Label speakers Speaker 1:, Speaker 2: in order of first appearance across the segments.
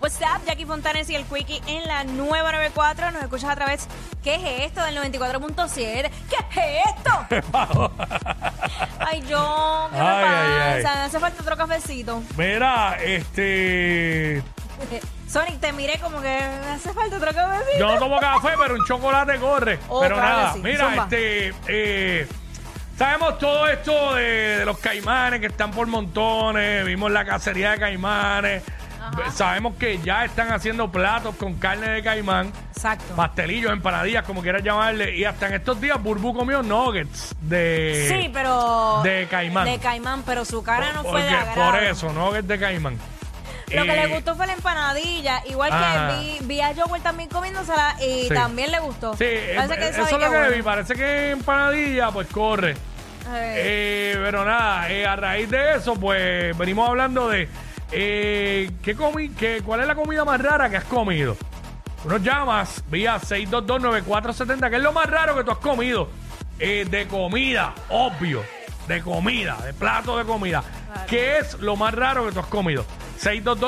Speaker 1: What's up, Jackie Fontanes y el Quickie en la nueva 94. Nos escuchas a través. ¿Qué es esto del 94.7? ¿Qué es esto? ay, John, ¿qué me
Speaker 2: Ay,
Speaker 1: pasa?
Speaker 2: ay, ay.
Speaker 1: Hace falta otro cafecito.
Speaker 2: Mira, este.
Speaker 1: Sonic, te miré como que me hace falta otro cafecito.
Speaker 2: Yo no tomo café, pero un chocolate corre.
Speaker 1: Oh,
Speaker 2: pero
Speaker 1: claro
Speaker 2: nada,
Speaker 1: que sí.
Speaker 2: mira,
Speaker 1: Zumba.
Speaker 2: este. eh, sabemos todo esto de, de los caimanes que están por montones. Vimos la cacería de caimanes. Sabemos que ya están haciendo platos con carne de caimán,
Speaker 1: Exacto.
Speaker 2: pastelillos, empanadillas, como quieras llamarle. Y hasta en estos días, Burbu comió nuggets de.
Speaker 1: sí, pero.
Speaker 2: de caimán.
Speaker 1: De caimán, pero su cara no fue de
Speaker 2: porque-
Speaker 1: agrado.
Speaker 2: Por eso, nuggets de caimán.
Speaker 1: Lo que le
Speaker 2: Eh,
Speaker 1: gustó fue la empanadilla. Igual
Speaker 2: Ajá.
Speaker 1: que vi, vi a Joel también comiéndosela y
Speaker 2: Sí.
Speaker 1: también le gustó.
Speaker 2: Sí,
Speaker 1: Parece que sabe
Speaker 2: eh, eso es
Speaker 1: que
Speaker 2: lo que
Speaker 1: bueno.
Speaker 2: vi. Parece que empanadilla, pues corre.
Speaker 1: Eh,
Speaker 2: Eh, pero nada, eh, a raíz de eso, pues venimos hablando de eh, ¿qué comi qué- cuál es la comida más rara que has comido. Tú Nos llamas vía 6229470, que es lo más raro que tú has comido. Eh, de comida, obvio. De comida, de plato de comida. ¿Qué es lo más raro que tú has comido?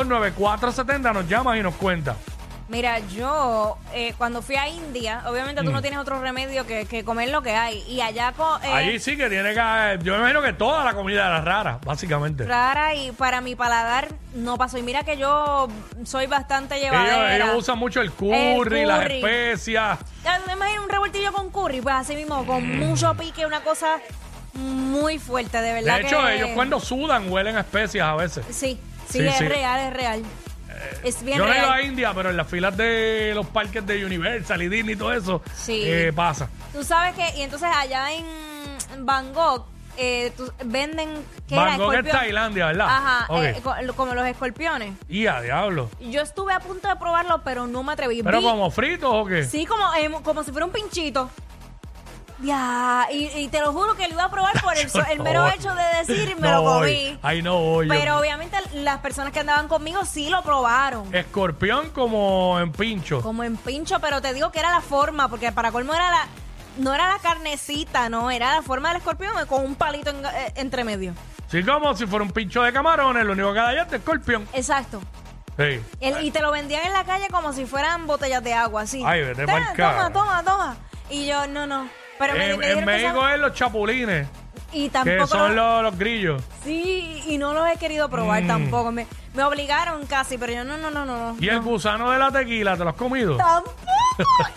Speaker 2: 6229470 nos llamas y nos cuentas.
Speaker 1: Mira, yo eh, cuando fui a India, obviamente
Speaker 2: Mm.
Speaker 1: tú no tienes otro remedio que, que comer lo que hay. Y allá co- eh,
Speaker 2: Allí sí que tiene que. Yo me imagino que toda la comida era rara, básicamente.
Speaker 1: rara y para mi paladar no pasó. Y mira que yo soy bastante
Speaker 2: Ellos,
Speaker 1: llevadera.
Speaker 2: ellos usan mucho el curry,
Speaker 1: El
Speaker 2: las
Speaker 1: curry.
Speaker 2: especias.
Speaker 1: Ya, me imagino un revoltillo con curry, pues así mismo, con
Speaker 2: Mm.
Speaker 1: mucho pique, una cosa muy fuerte, de verdad.
Speaker 2: De hecho,
Speaker 1: que-
Speaker 2: ellos cuando sudan huelen a especias a veces.
Speaker 1: Sí, sí,
Speaker 2: Sí,
Speaker 1: es
Speaker 2: sí.
Speaker 1: real, es real. es bien
Speaker 2: Yo no he ido
Speaker 1: real.
Speaker 2: a India, pero en las filas de los parques de Universal y Disney y todo eso,
Speaker 1: Sí.
Speaker 2: eh, pasa.
Speaker 1: Tú sabes que, y entonces allá en Bangkok eh, tú- venden. ¿qué era?
Speaker 2: Bangkok es
Speaker 1: Escorpión.
Speaker 2: Tailandia, ¿verdad?
Speaker 1: Ajá,
Speaker 2: Ok.
Speaker 1: eh, co- como los escorpiones.
Speaker 2: Y a diablo.
Speaker 1: Yo estuve a punto de probarlo, pero no me atreví.
Speaker 2: ¿Pero
Speaker 1: Vi-
Speaker 2: como fritos o qué?
Speaker 1: Sí, como, em, como si fuera un pinchito. Ya, y, y te lo juro que lo iba a probar por el, so- el mero
Speaker 2: No.
Speaker 1: hecho de decir y me
Speaker 2: no
Speaker 1: lo comí.
Speaker 2: voy. Ahí no Eh. voy. yo.
Speaker 1: Pero obviamente las personas que andaban conmigo sí lo probaron.
Speaker 2: Escorpión como en pincho.
Speaker 1: Como en pincho, pero te digo que era la forma, porque para colmo era la. No era la carnecita, no, era la forma del escorpión con un palito en- eh, entre medio.
Speaker 2: Sí, como si fuera un pincho de camarones, lo único que da allá es de escorpión.
Speaker 1: Exacto.
Speaker 2: Sí.
Speaker 1: El- y te lo vendían en la calle como si fueran botellas de agua, así.
Speaker 2: Ay,
Speaker 1: Ten,
Speaker 2: vete pa'l
Speaker 1: Toma,
Speaker 2: carajo. Eh,
Speaker 1: toma, toma. Y yo, no, no. Pero me,
Speaker 2: En,
Speaker 1: me
Speaker 2: en
Speaker 1: dijeron que
Speaker 2: México
Speaker 1: sabe-
Speaker 2: es los chapulines,
Speaker 1: Y
Speaker 2: que
Speaker 1: tampoco.
Speaker 2: son Mm.
Speaker 1: lo-
Speaker 2: los, los grillos.
Speaker 1: Sí, y no los he querido probar tampoco. Me, me obligaron casi, pero yo, no, no, no, no. no.
Speaker 2: Y el gusano de la tequila, ¿te lo has comido?
Speaker 1: Tampoco.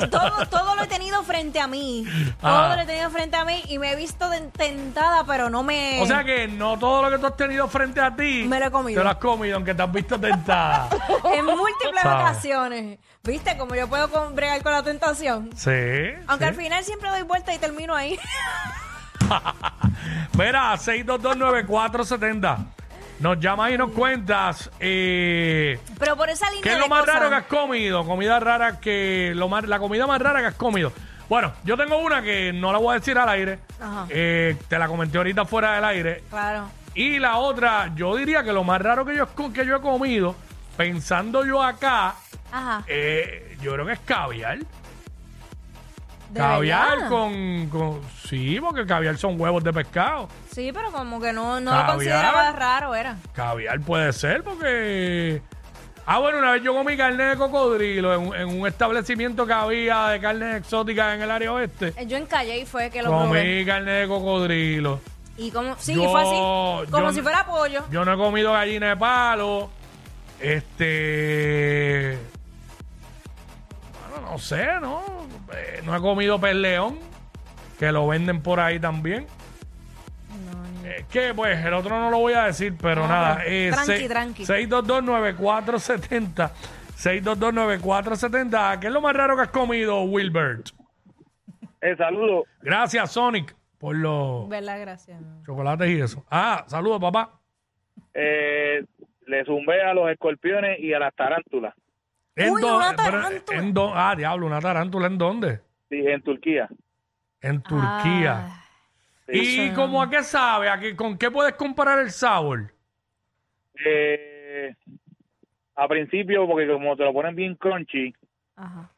Speaker 1: todo, todo lo he tenido frente a mí. Todo
Speaker 2: Ah.
Speaker 1: lo he tenido frente a mí y me he visto de- tentada, pero no me.
Speaker 2: O sea que no todo lo que tú has tenido frente a ti
Speaker 1: Me lo he comido.
Speaker 2: te lo has comido, aunque te has visto tentada.
Speaker 1: En múltiples
Speaker 2: Sabe.
Speaker 1: ocasiones. ¿Viste cómo yo puedo con- bregar con la tentación?
Speaker 2: sí.
Speaker 1: Aunque
Speaker 2: sí.
Speaker 1: al final siempre doy vuelta y termino ahí.
Speaker 2: Mira, 6229470. Nos llamas y nos cuentas eh,
Speaker 1: Pero por esa línea
Speaker 2: qué es
Speaker 1: de
Speaker 2: lo más
Speaker 1: cosas-
Speaker 2: raro que has comido. Comida rara que. Lo más, la comida más rara que has comido. Bueno, yo tengo una que no la voy a decir al aire.
Speaker 1: Ajá.
Speaker 2: Eh, te la comenté ahorita fuera del aire.
Speaker 1: Claro.
Speaker 2: Y la otra, yo diría que lo más raro que yo, escu- que yo he comido, pensando yo acá,
Speaker 1: Ajá.
Speaker 2: eh, yo creo que es caviar.
Speaker 1: ¿De
Speaker 2: Eh, Caviar
Speaker 1: verdad?
Speaker 2: con, con- Sí, porque caviar son huevos de pescado.
Speaker 1: Sí, pero como que no, no lo
Speaker 2: Caviar.
Speaker 1: consideraba raro, era.
Speaker 2: Caviar puede ser porque... Ah, bueno, una vez yo comí carne de cocodrilo en, un- en un establecimiento que había de carne exótica en el área oeste.
Speaker 1: Eh, Yo en Calle y fue que lo probé.
Speaker 2: Comí carne de cocodrilo.
Speaker 1: Y como, sí,
Speaker 2: Yo-
Speaker 1: fue así. Como
Speaker 2: yo-
Speaker 1: si fuera pollo.
Speaker 2: Yo no he comido gallina de palo. Este... Bueno, no sé, ¿no? Eh, no he comido perleón, que lo venden por ahí también. Es que, pues, el otro no lo voy a decir, pero
Speaker 1: No,
Speaker 2: nada.
Speaker 1: pero
Speaker 2: Eh,
Speaker 1: tranqui,
Speaker 2: se-
Speaker 1: tranqui.
Speaker 2: 6229470. 6229470. ¿Qué es lo más raro que has comido, Wilbert?
Speaker 3: Eh, saludo.
Speaker 2: Gracias, Sonic. por los
Speaker 1: ¿Verdad? Gracias. no.
Speaker 2: chocolates y eso. Ah, saludos, papá.
Speaker 3: Eh, le zumbé a los escorpiones y a las tarántulas.
Speaker 1: Uy,
Speaker 2: dó-
Speaker 1: una
Speaker 2: pero-
Speaker 1: tarántula.
Speaker 2: en dó- ah, diablo, una tarántula. ¿En dónde?
Speaker 3: Dije, en Turquía.
Speaker 2: En Turquía.
Speaker 1: Ah,
Speaker 2: ¿Y como a qué sabe? ¿A qué- ¿Con qué puedes comparar el sabor?
Speaker 3: Eh, a principio, porque como te lo ponen bien crunchy,
Speaker 1: ajá.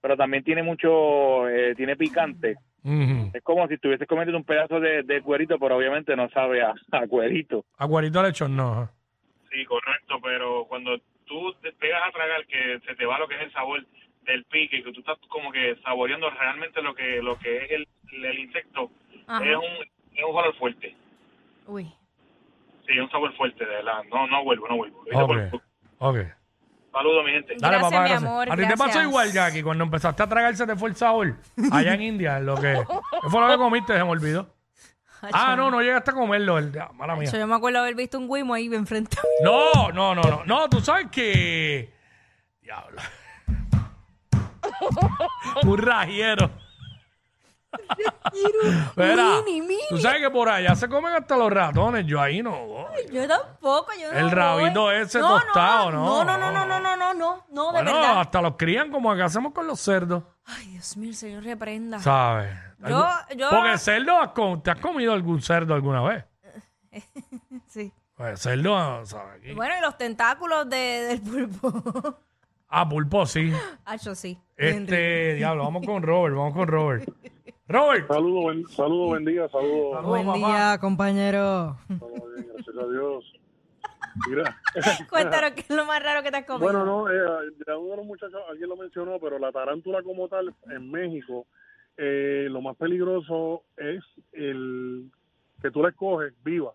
Speaker 3: pero también tiene mucho, eh, tiene picante.
Speaker 2: Ujú.
Speaker 3: Es como si estuvieses comiendo un pedazo de, de cuerito, pero obviamente no sabe a, a cuerito.
Speaker 2: Aguarito lechón, no. ajá.
Speaker 3: Sí, correcto, pero cuando tú te pegas a tragar que se te va lo que es el sabor del pique, que tú estás como que saboreando realmente lo que lo que es el, el insecto,
Speaker 1: Ajá.
Speaker 3: es un es un valor fuerte.
Speaker 1: Uy.
Speaker 3: Sí, es un sabor fuerte, de verdad. No, no vuelvo, no vuelvo. pues,
Speaker 2: Ok. Ok.
Speaker 3: Saludos, mi gente.
Speaker 2: Dale,
Speaker 1: Gracias,
Speaker 2: papá,
Speaker 1: mi
Speaker 2: gracias.
Speaker 1: amor,
Speaker 2: a ti te
Speaker 1: gracias.
Speaker 2: pasó igual, Jackie, cuando empezaste a tragarse te fue el sabor allá en India, en lo que... ¿Qué fue lo que comiste? Se me olvidó. Ah, no, no llegaste a comerlo. el- ah, mala mía.
Speaker 1: Yo, yo me acuerdo haber visto un Wimo ahí enfrente.
Speaker 2: No, no, no, no. No, tú sabes que. Diablo. Un rajero. Mira,
Speaker 1: Mini, mini.
Speaker 2: tú sabes que por allá se comen hasta los ratones. Yo ahí no. voy.
Speaker 1: Yo tampoco, yo no
Speaker 2: El
Speaker 1: voy.
Speaker 2: rabito ese tostado, ¿no?
Speaker 1: No, no, no, no, no, no, no, no, de
Speaker 2: Bueno,
Speaker 1: verdad.
Speaker 2: hasta los crían como acá hacemos con los cerdos.
Speaker 1: Ay, Dios mío, el Señor reprenda.
Speaker 2: ¿Sabes?
Speaker 1: Yo- yo-
Speaker 2: Porque cerdo, has com- ¿te has comido algún cerdo alguna vez?
Speaker 1: Sí.
Speaker 2: Pues cerdo, ¿sabes? Aquí.
Speaker 1: Bueno, y los tentáculos de, del pulpo.
Speaker 2: Ah, pulpo, sí.
Speaker 1: ah, yo sí. bien rico.
Speaker 2: Este, diablo, vamos con Robert, vamos con Robert. Robert.
Speaker 4: Saludos, buen, saludo, buen día, saludos.
Speaker 2: Saludos, papá.
Speaker 1: compañero.
Speaker 4: Todo bien, gracias a Dios. Mira,
Speaker 1: Cuéntanos qué es lo más raro que te has comido.
Speaker 4: bueno, no, eh, ya uno de los muchachos, alguien lo mencionó, pero la tarántula como tal en México, eh, lo más peligroso es el que tú la escoges viva.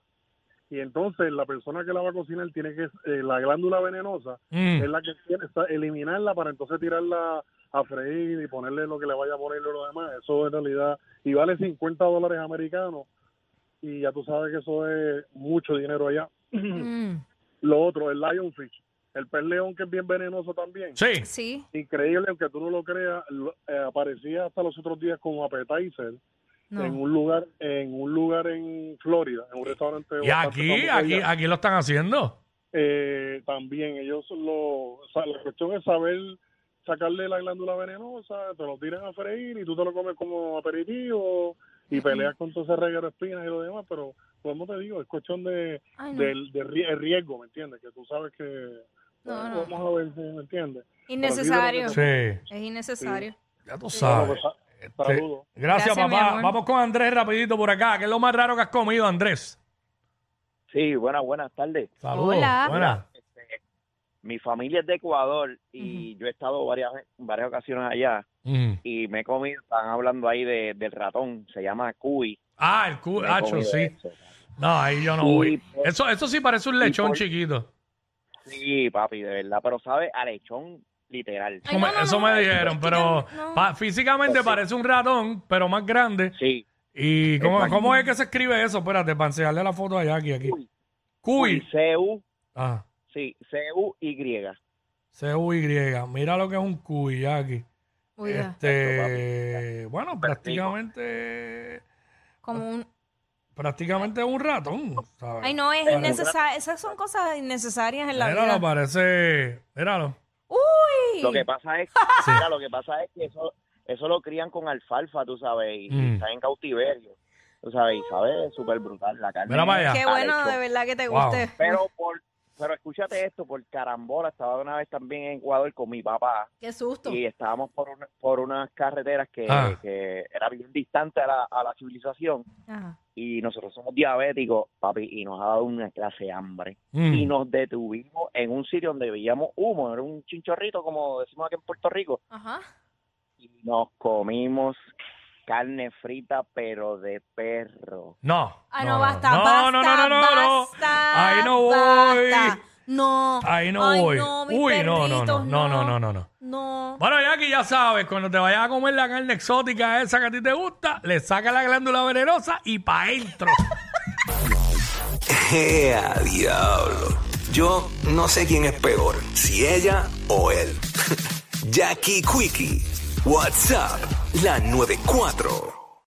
Speaker 4: Y entonces la persona que la va a cocinar tiene que, eh, la glándula venenosa,
Speaker 2: Mm.
Speaker 4: es la que tiene, está- eliminarla para entonces tirarla a freír y ponerle lo que le vaya a ponerle lo demás. Eso en realidad, y vale 50 dólares americanos, y ya tú sabes que eso es mucho dinero allá.
Speaker 1: Mm,
Speaker 4: Lo otro, el lionfish, el pez león que es bien venenoso también.
Speaker 2: Sí.
Speaker 1: sí.
Speaker 4: Increíble, aunque tú no lo creas, lo- eh, aparecía hasta los otros días como appetizer
Speaker 1: No.
Speaker 4: en un lugar en un lugar en Florida, en un restaurante.
Speaker 2: Y
Speaker 4: bastante
Speaker 2: aquí,
Speaker 4: famoso
Speaker 2: aquí,
Speaker 4: allá.
Speaker 2: aquí lo están haciendo.
Speaker 4: eh, también ellos lo o sea, la cuestión es saber sacarle la glándula venenosa te lo tiran a freír y tú te lo comes como aperitivo y peleas con todo ese reguero de espinas y lo demás pero como te digo es cuestión de
Speaker 1: Ay, no.
Speaker 4: del de ri- el riesgo me entiendes que tú sabes que
Speaker 1: No,
Speaker 4: eh,
Speaker 1: no.
Speaker 4: vamos a ver si me entiendes
Speaker 1: Innecesario.
Speaker 4: Sí.
Speaker 2: Sí.
Speaker 1: Es innecesario.
Speaker 2: Ya tú sabes.
Speaker 4: Bueno, pues,
Speaker 2: Este,
Speaker 4: saludos.
Speaker 2: gracias,
Speaker 1: Gracias, mi
Speaker 2: papá.
Speaker 1: amor.
Speaker 2: Vamos con Andrés rapidito por acá. ¿Qué es lo más raro que has comido, Andrés?
Speaker 5: Sí, buenas, buenas tardes.
Speaker 2: Saludos.
Speaker 1: Hola.
Speaker 2: Buenas.
Speaker 5: Mi familia es de Ecuador y
Speaker 4: este,
Speaker 5: yo he estado varias varias ocasiones allá
Speaker 2: Mm.
Speaker 5: y me he comido, están hablando ahí de, del ratón, se llama cuy.
Speaker 2: Ah, el culo.
Speaker 5: Me he comido
Speaker 2: sí.
Speaker 5: eso.
Speaker 2: No, ahí yo no
Speaker 5: Y
Speaker 2: voy.
Speaker 5: por-
Speaker 2: Eso, eso sí parece un lechón
Speaker 5: por-
Speaker 2: chiquito.
Speaker 5: Sí, papi, de verdad, pero sabe a lechón literal.
Speaker 1: Ay,
Speaker 2: Eso me,
Speaker 1: no, no,
Speaker 2: eso
Speaker 1: no,
Speaker 2: me
Speaker 1: no,
Speaker 2: dijeron,
Speaker 1: no,
Speaker 2: pero
Speaker 1: no.
Speaker 2: pa- físicamente
Speaker 5: Pues
Speaker 2: parece un ratón, pero más grande.
Speaker 5: Sí,
Speaker 2: ¿Y cómo,
Speaker 5: Exacto.
Speaker 2: cómo es que se escribe eso? Espérate, para enseñarle la foto allá, aquí, aquí.
Speaker 5: Cuy.
Speaker 2: Cuy.
Speaker 5: C U,
Speaker 2: Ah,
Speaker 5: sí, C U Y.
Speaker 2: C-U-Y. Mira lo que es un cuy, ya aquí.
Speaker 1: Uy, ya.
Speaker 2: Este, bueno, prácticamente,
Speaker 1: Como un...
Speaker 2: prácticamente un ratón, ¿sabes?
Speaker 1: Ay, no, es innecesario. Esas son cosas innecesarias en la
Speaker 2: Míralo,
Speaker 1: vida.
Speaker 2: parece, míralo.
Speaker 1: Uy.
Speaker 5: Lo que pasa es, mira, lo que pasa es que eso eso lo crían con alfalfa, tú sabes, y, y
Speaker 2: Mm.
Speaker 5: está en cautiverio. Tú sabes, y sabe súper brutal la carne.
Speaker 2: Mira para allá.
Speaker 1: Qué
Speaker 5: a
Speaker 1: bueno,
Speaker 5: lechón.
Speaker 1: de verdad que te
Speaker 2: Wow.
Speaker 1: guste.
Speaker 5: Pero por, pero escúchate esto, por carambola, estaba una vez también en Ecuador con mi papá
Speaker 1: Qué susto.
Speaker 5: y estábamos por, una- por unas carreteras que,
Speaker 2: Ah.
Speaker 5: que era bien distante a la, a la civilización
Speaker 1: Ajá.
Speaker 5: y nosotros somos diabéticos, papi, y nos ha dado una clase de hambre.
Speaker 2: Mm.
Speaker 5: Y nos detuvimos en un sitio donde veíamos humo, era un chinchorrito como decimos aquí en Puerto Rico,
Speaker 1: Ajá.
Speaker 5: y nos comimos carne frita pero de perro.
Speaker 2: No.
Speaker 1: Ay, Ah, no, basta,
Speaker 2: no,
Speaker 1: basta,
Speaker 2: no, no, no, no, no.
Speaker 1: basta,
Speaker 2: Ahí no voy.
Speaker 1: basta. No.
Speaker 2: Ahí no
Speaker 1: Ay,
Speaker 2: voy.
Speaker 1: no, mis
Speaker 2: Uy, no, no, no,
Speaker 1: perritos,
Speaker 2: no, no, no, no, no.
Speaker 1: No.
Speaker 2: Bueno, Jackie, ya sabes, cuando te vayas a comer la carne exótica esa que a ti te gusta, le sacas la glándula venenosa y pa' dentro.
Speaker 6: ¡Ea, ¡Eh, diablo! Yo no sé quién es peor, si ella o él. Jackie Quickie, WhatsApp, la 94.